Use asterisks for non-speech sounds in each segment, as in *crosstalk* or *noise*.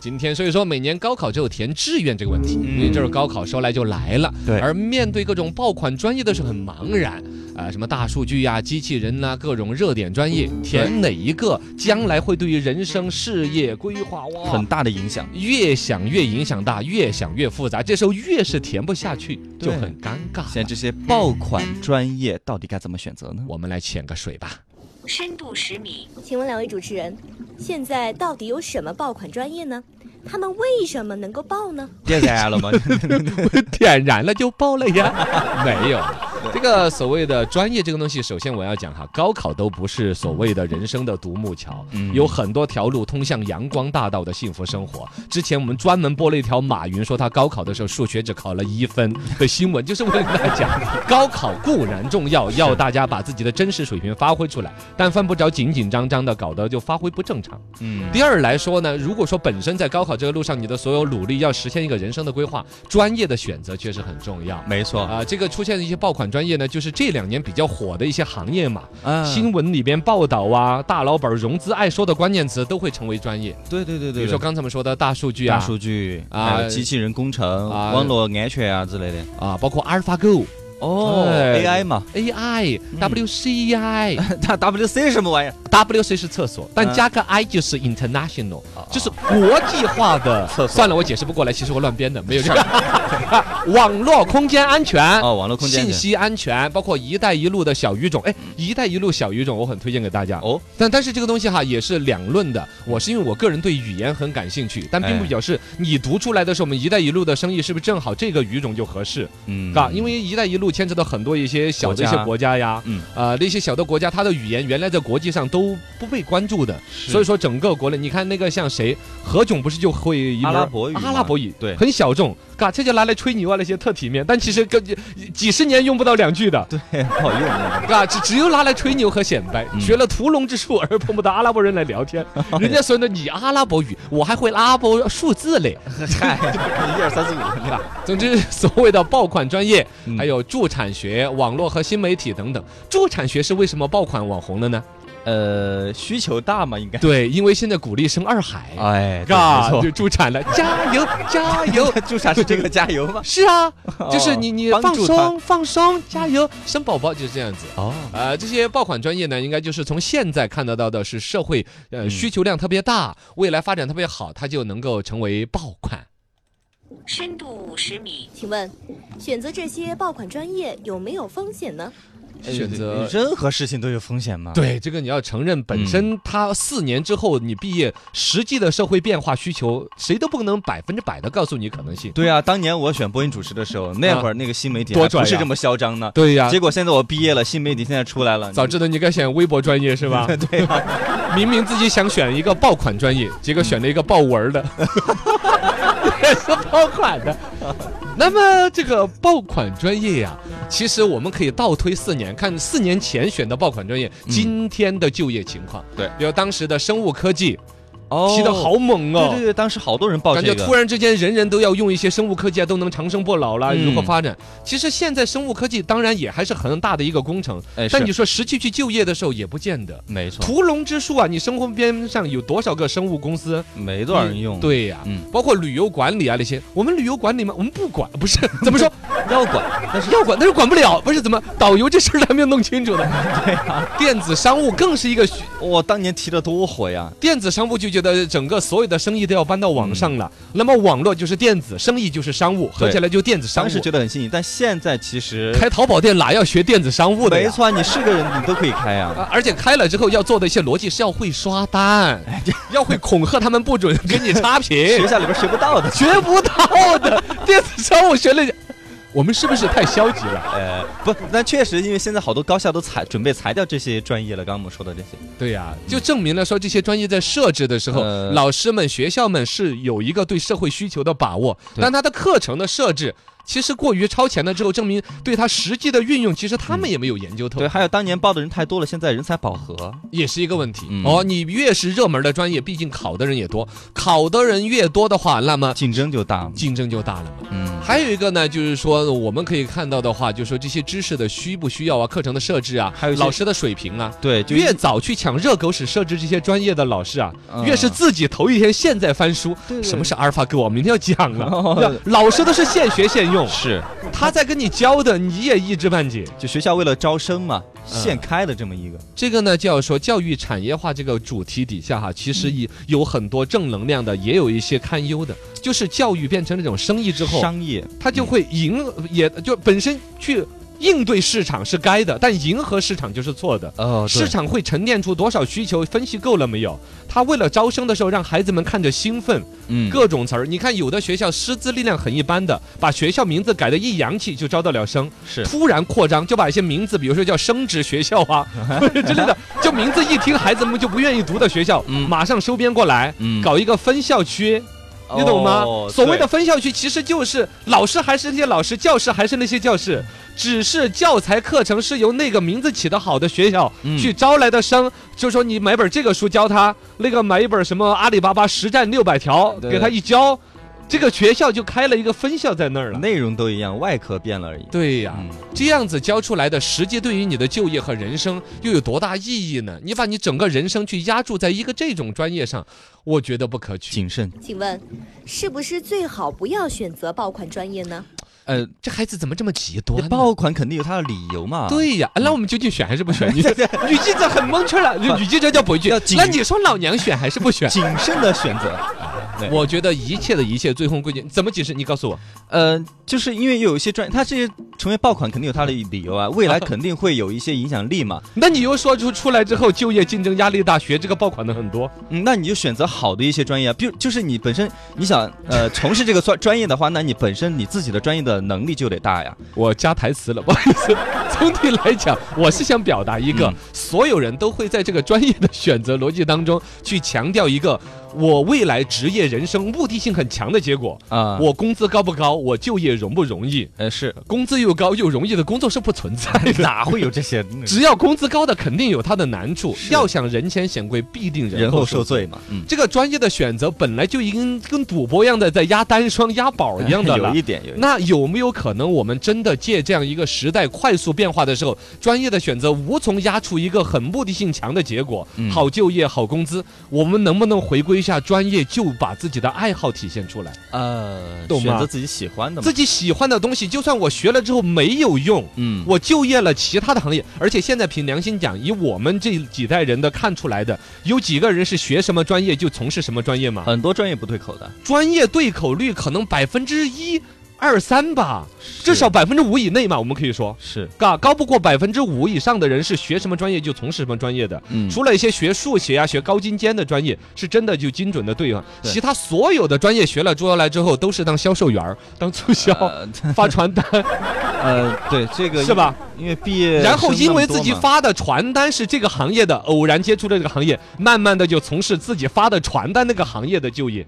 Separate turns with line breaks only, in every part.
今天，所以说每年高考就有填志愿这个问题，
嗯
因为这是高考说来就来了。
对
而面对各种爆款专业的时候很茫然啊、什么大数据呀、机器人呐、各种热点专业，填哪一个将来会对于人生事业规划哇
很大的影响。
越想越影响大，越想越复杂，这时候越是填不下去，就
对
很尴尬了。
现在这些爆款专业到底该怎么选择呢？
我们来潜个水吧。
深度十米，
请问两位主持人，现在到底有什么爆款专业呢？他们为什么能够爆呢？
电燃 *laughs* 了吗？
*laughs* 点燃了就爆了 *laughs* 呀？没有。这个所谓的专业这个东西，首先我要讲哈，高考都不是所谓的人生的独木桥，有很多条路通向阳光大道的幸福生活。之前我们专门播了一条马云说他高考的时候数学只考了一分的新闻，就是为了大家讲，高考固然重要，要大家把自己的真实水平发挥出来，但犯不着紧紧张张的，搞得就发挥不正常。
嗯，
第二来说呢，如果说本身在高考这个路上，你的所有努力要实现一个人生的规划，专业的选择确实很重要。
没错
啊、，这个出现的一些爆款专业呢，就是这两年比较火的一些行业嘛，
啊
新闻里边报道啊，大老板融资爱说的关键词都会成为专业，
对对对对，啊
比如说刚才我们说的大数据
大
啊，
数据
啊
还有机器人工程、
啊
网络安全啊之类的。
啊，包括阿尔法狗、
哦
哎
，AI *laughs* 嘛，
AI、
嗯
E WCI、
它 WC 什么玩意儿？
WC 是厕所，但
嗯哦
加个 I 就是 international，、就是国际化
*laughs*
的厕所。算了，我解释不过来，其实我乱编的，没有这个。 *laughs* 网络空间安全
哦，网络空间嗯
信息安全，包括“一带一路”的小语种。哎，“一带一路”小语种，我很推荐给大家。
哦，
但但是这个东西哈也是两论的。我是因为我个人对语言很感兴趣，但并不
哎
表示你读出来的时候，我们“一带一路”的生意是不是正好这个语种就合适。
嗯
啊，因为“一带一路”牵扯到很多一些小的一些
国
国家呀，
嗯
啊，那些小的国家，它的语言原来在国际上都不被关注的，所以说整个国内，你看那个像谁，何炅不是就会一门
阿拉伯语嘛
阿拉伯语
对
很小众，嘎，这就拿来吹牛啊那些特体面，但其实跟几十年用不到两句的，
对不好用啊，
啊，只只有拿来吹牛和显摆，
嗯哎
学了屠龙之术而碰不到阿拉伯人来聊
*laughs*
天，人家说的你阿拉伯语，我还会阿拉伯数字嘞，
*laughs* 嗨，一二三四五，
对吧？总之，所谓的爆款专业，
嗯
还有助产学、网络和新媒体等等。助产学是为什么爆款网红了呢？
呃，需求大嘛，应该，
对，因为现在鼓励生二孩，
哎，对
嘎
没错
啊就助产了，加 *laughs* 油加油！
*laughs* 助产是这个加油吗？
是啊，
哦
就是你你
帮
放
助他
松放松，加油，生宝宝就是这样子。
哦，
呃，这些爆款专业呢，应该就是从现在看得到的是社会呃需求量特别大，未来发展特别好，它就能够成为爆款。
深度五十米，
请问，选择这些爆款专业有没有风险呢？
呃
选择
任何事情都有风险嘛，，
对，这个你要承认，
嗯
本身他四年之后你毕业，实际的社会变化需求，谁都不能百分之百的告诉你可能性。
对啊，当年我选播音主持的时候，那会儿那个新媒体
多
还
拽
不是
呀
这么嚣张呢。
对呀、
结果现在我毕业了，新媒体现在出来了，
早知道你该选微博专业
*laughs*
是吧？对、明明自己想选一个爆款专业，结果选了一个爆文儿的， *laughs* 也是爆款的。那么这个爆款专业呀、其实我们可以倒推四年，看四年前选的爆款专业，今天的就业情况。
嗯对
比如当时的生物科技
哦
提的好猛哦，
对对对，当时好多人报
感
这
觉
个，
突然之间人人都要用一些生物科技啊，都能长生不老啦，
嗯
如何发展？其实现在生物科技当然也还是很大的一个工程，
哎，
但
是
你说实际去就业的时候也不见得。
没错，
屠龙之术啊，你生活边上有多少个生物公司？
没多少人用，，
对呀、
嗯
包括旅游管理啊那些，我们旅游管理嘛，我们不管，不
*laughs*
是怎么说
要管，
但是要管，但是管不了，不是怎么导游这事儿还没有弄清楚
*laughs*
呢。对呀，电子商务更是一个虚
我当年提的多火呀，
电子商务就觉得整个所有的生意都要搬到网上
嗯
了，那么网络就是电子，生意就是商务，合起来就电子商务
当。时觉得很新颖，但现在其实
开淘宝店哪要学电子商务的呀
没错，你是个人你都可以开呀，
啊而且开了之后要做的一些逻辑是要会刷单，要会恐吓他们不准给你差评
哎 *laughs* 学，校里边学不到的，
学不到的。电子商务学了，我们是不是太消极了？
呃，不，但确实因为现在好多高校都裁准备裁掉这些专业了，刚刚我们说的这些，
对呀、就证明了说这些专业在设置的时候，
呃
老师们、学校们是有一个对社会需求的把握，
对
但他的课程的设置。其实过于超前了之后，证明对它实际的运用，其实他们也没有研究透
对，，还有当年报的人太多了，现在人才饱和，
也是一个问题。
嗯
哦，你越是热门的专业，毕竟考的人也多，考的人越多的话，那么
竞争就大嘛。
竞争就大了嘛。
嗯，
还有一个呢，就是说我们可以看到的话，就是说这些知识的需不需要啊，课程的设置啊，
还有一些
老师的水平啊。
对，就
越早去抢热狗屎设置这些专业的老师啊，
嗯
越是自己头一天现在翻书，
对
什么是阿尔法狗，我明天要讲了
哦。
对吧老师都是现学现 *laughs* 用，
是
他在跟你教的，你也一知半解。
就学校为了招生嘛，
嗯
现开了这么一个。
这个呢，就要说教育产业化这个主题底下哈，其实也有很多正能量的，也有一些堪忧的，就是教育变成那种生意之后，
商业
它就会迎，也就本身去应对市场是该的，但迎合市场就是错的。
哦
市场会沉淀出多少需求？分析够了没有？他为了招生的时候，让孩子们看着兴奋，
嗯
各种词儿。你看，有的学校师资力量很一般的，把学校名字改得一洋气就招得了生。
是
突然扩张，就把一些名字，比如说叫升职学校
*laughs*
啊之类的，就名字一听孩子们就不愿意读的学校，
嗯
马上收编过来，
嗯
搞一个分校区。你懂吗？
哦
所谓的分校区，其实就是老师还是那些老师，教师还是那些教师，只是教材课程是由那个名字起得好的学校、
嗯
去招来的生，就说你买本这个书教他，那个买一本什么阿里巴巴实战六百条
对
给他一教，这个学校就开了一个分校在那儿了。
内容都一样，外壳变了而已。
对呀、
嗯
这样子教出来的，实际对于你的就业和人生又有多大意义呢？你把你整个人生去压注在一个这种专业上，我觉得不可取。
谨慎。
请问，是不是最好不要选择爆款专业呢？
呃，
这孩子怎么这么极端呢？
爆款肯定有它的理由嘛。，
对呀、啊那我们究竟选还是不选？ *laughs* 女女记者很蒙圈了，
*laughs*
女记者就补一句
要：谨
那你说老娘选还是不选？
谨慎的选择。对
*laughs* 我觉得一切的一切，最后归结怎么解释？你告诉我，
呃，就是因为有一些专，它这些成为爆款肯定有它的理由啊，未来肯定会有一些影响
*laughs*
力嘛。
那你又说出出来之后，就业竞争压力大，学这个爆款的很多，
嗯，那你就选择好的一些专业啊，比如就是你本身你想呃从事这个专专业的话，那你本身你自己的专业的能力就得大呀。
我加台词了，不好意思。总体来讲，我是想表达一个，
嗯
所有人都会在这个专业的选择逻辑当中去强调一个我未来职业人生目的性很强的结果。
啊、
我工资高不高？我就业容不容易？*laughs*
呃是
工资又高又容易的工作是不存在 *laughs* 的。
哪会有这些？
只要工资高的，肯定有它的难处。
是
要想人前显贵，必定人
*laughs* 人
后
后
受
受
罪。
罪嘛，嗯，
这个专业的选择本来就已经跟赌博一样的，在压单双、压宝 *laughs* 一样的了
*laughs* 有一。点有一点。
那有没有可能，我们真的借这样一个时代快速变化的时候，专业的选择无从压出一个很目的性强的结果？
嗯
好就业、好工资，我们能不能回归一下专业，就把自己的爱好体现出来？
呃，
懂吗
选择自己喜欢的嘛
自。己喜欢的东西，就算我学了之后没有用，
嗯，
我就业了其他的行业，而且现在凭良心讲，以我们这几代人的看出来的，有几个人是学什么专业就从事什么专业嘛？
很多专业不对口的，
呃专业对口率可能百分之一、二三吧，至少百分之五以内嘛，我们可以说。
是
嘎，高不过百分之五以上的人是学什么专业就从事什么专业的，
嗯
除了一些学数学啊、学高精尖的专业，是真的就精准的对啊。
对
其他所有的专业学了出来之后，都是当销售员儿、当促销、
呃 *laughs*
发传单，
呃，对这个
是吧？
因为毕业生呃那
然
么多
后
嘛，
因为自己发的传单是这个行业的，偶然接触了这个行业，慢慢的就从事自己发的传单那个行业的就业，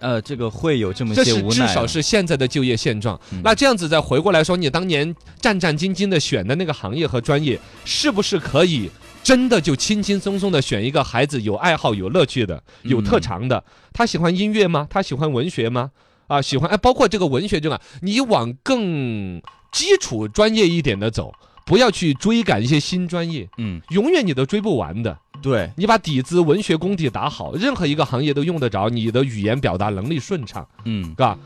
呃，这个会有这么
这
些
是
无
至
奈啊，
少是现在的就业现状
嗯。
那这样子再回过来说，你当年战战兢兢的选的那个行业和专业，是不是可以？真的就轻轻松松的选一个孩子有爱好、有乐趣的、
嗯
有特长的。他喜欢音乐吗？他喜欢文学吗？啊，喜欢哎，包括这个文学这个，你往更基础专业一点的走，不要去追赶一些新专业。
嗯，
永远你都追不完的。
对，
你把底子、文学功底打好，任何一个行业都用得着。你的语言表达能力顺畅，
嗯，
嘎，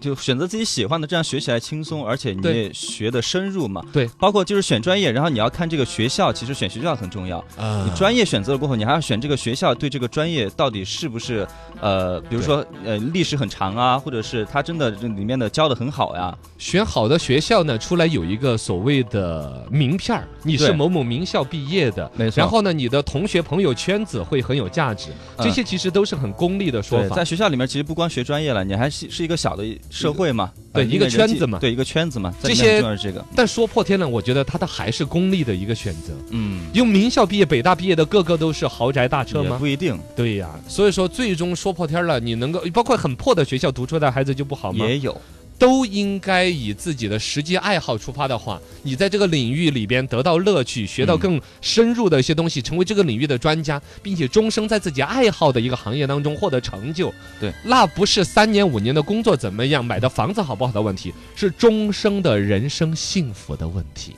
就选择自己喜欢的，这样学起来轻松，而且你
对
也学的深入嘛。
对，
包括就是选专业，然后你要看这个学校，其实选学校很重要。
啊
你专业选择了过后，你还要选这个学校对这个专业到底是不是呃，比如说呃历史很长啊，或者是它真的这里面的教的很好呀。
选好的学校呢，出来有一个所谓的名片儿，你是
对
某某名校毕业的。
没错
然后呢，你的同学朋友圈子会很有价值，
嗯
这些其实都是很功利的说
对，
法。
在学校里面其实不光学专业了，你还是是一个小的社会嘛，
对
呃
一个
因为人
圈
际
子嘛
对一个圈子嘛。在
这
里面
些
重要是这个，
但说破天了，我觉得他的还是功利的一个选择。
嗯，
因为名校毕业、北大毕业的个个都是豪宅大车
也
吗？
不一定，
对呀、所以说最终说破天了，你能够包括很破的学校读出来的孩子就不好吗？
也有
都应该以自己的实际爱好出发的话，你在这个领域里边得到乐趣，学到更深入的一些东西，成为这个领域的专家，并且终生在自己爱好的一个行业当中获得成就。
对，
那不是三年五年的工作怎么样，买的房子好不好的问题，是终生的人生幸福的问题。